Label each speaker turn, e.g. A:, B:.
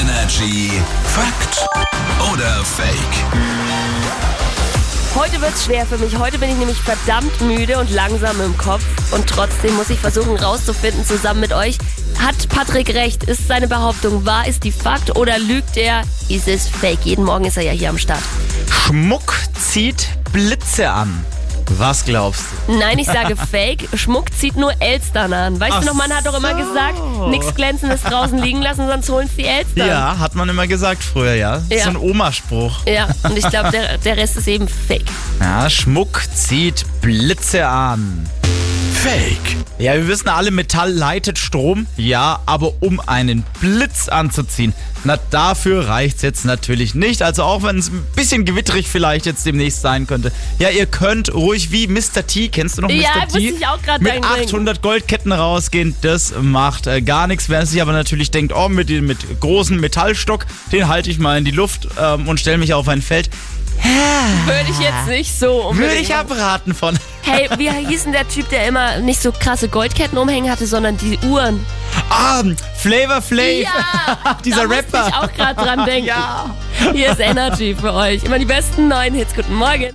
A: Energy Fakt oder Fake?
B: Heute wird's schwer für mich. Heute bin ich nämlich verdammt müde und langsam im Kopf. Und trotzdem muss ich versuchen rauszufinden, zusammen mit euch, hat Patrick recht? Ist seine Behauptung wahr? Ist die Fakt oder lügt er? Ist es fake? Jeden Morgen ist er ja hier am Start.
C: Schmuck zieht Blitze an. Was glaubst du?
B: Nein, ich sage fake. Schmuck zieht nur Elstern an. Weißt
C: Ach
B: du noch, man hat doch immer gesagt, nichts Glänzendes draußen liegen lassen, sonst holen's die Elstern.
C: Ja, hat man immer gesagt früher, ja.
B: Ja.
C: So ein Omaspruch.
B: Ja, und ich glaube, der, der Rest ist eben fake.
C: Ja, Schmuck zieht Blitze an.
A: Fake.
C: Ja, wir wissen alle, Metall leitet Strom. Ja, aber um einen Blitz anzuziehen, na dafür reicht's jetzt natürlich nicht. Also auch wenn es ein bisschen gewitterig vielleicht jetzt demnächst sein könnte. Ja, ihr könnt ruhig wie Mr. T, kennst du noch
B: Ja,
C: Mr.
B: muss
C: T?
B: ich auch gerade
C: Mit
B: dran denken.
C: 800 Goldketten rausgehen, das macht äh, gar nichts. Wer sich aber natürlich denkt, oh, mit dem mit großen Metallstock, den halte ich mal in die Luft ähm, und stelle mich auf ein Feld.
B: Würde ich jetzt nicht so
C: Würde
B: unbedingt
C: ich abraten von.
B: Hey, wie hieß denn der Typ, der immer nicht so krasse Goldketten umhängen hatte, sondern die Uhren?
C: Ah, Flavor Flav,
B: da
C: dieser
B: musste
C: Rapper.
B: ich auch gerade dran denken. Hier ist Energy für euch. Immer die besten neuen Hits. Guten Morgen.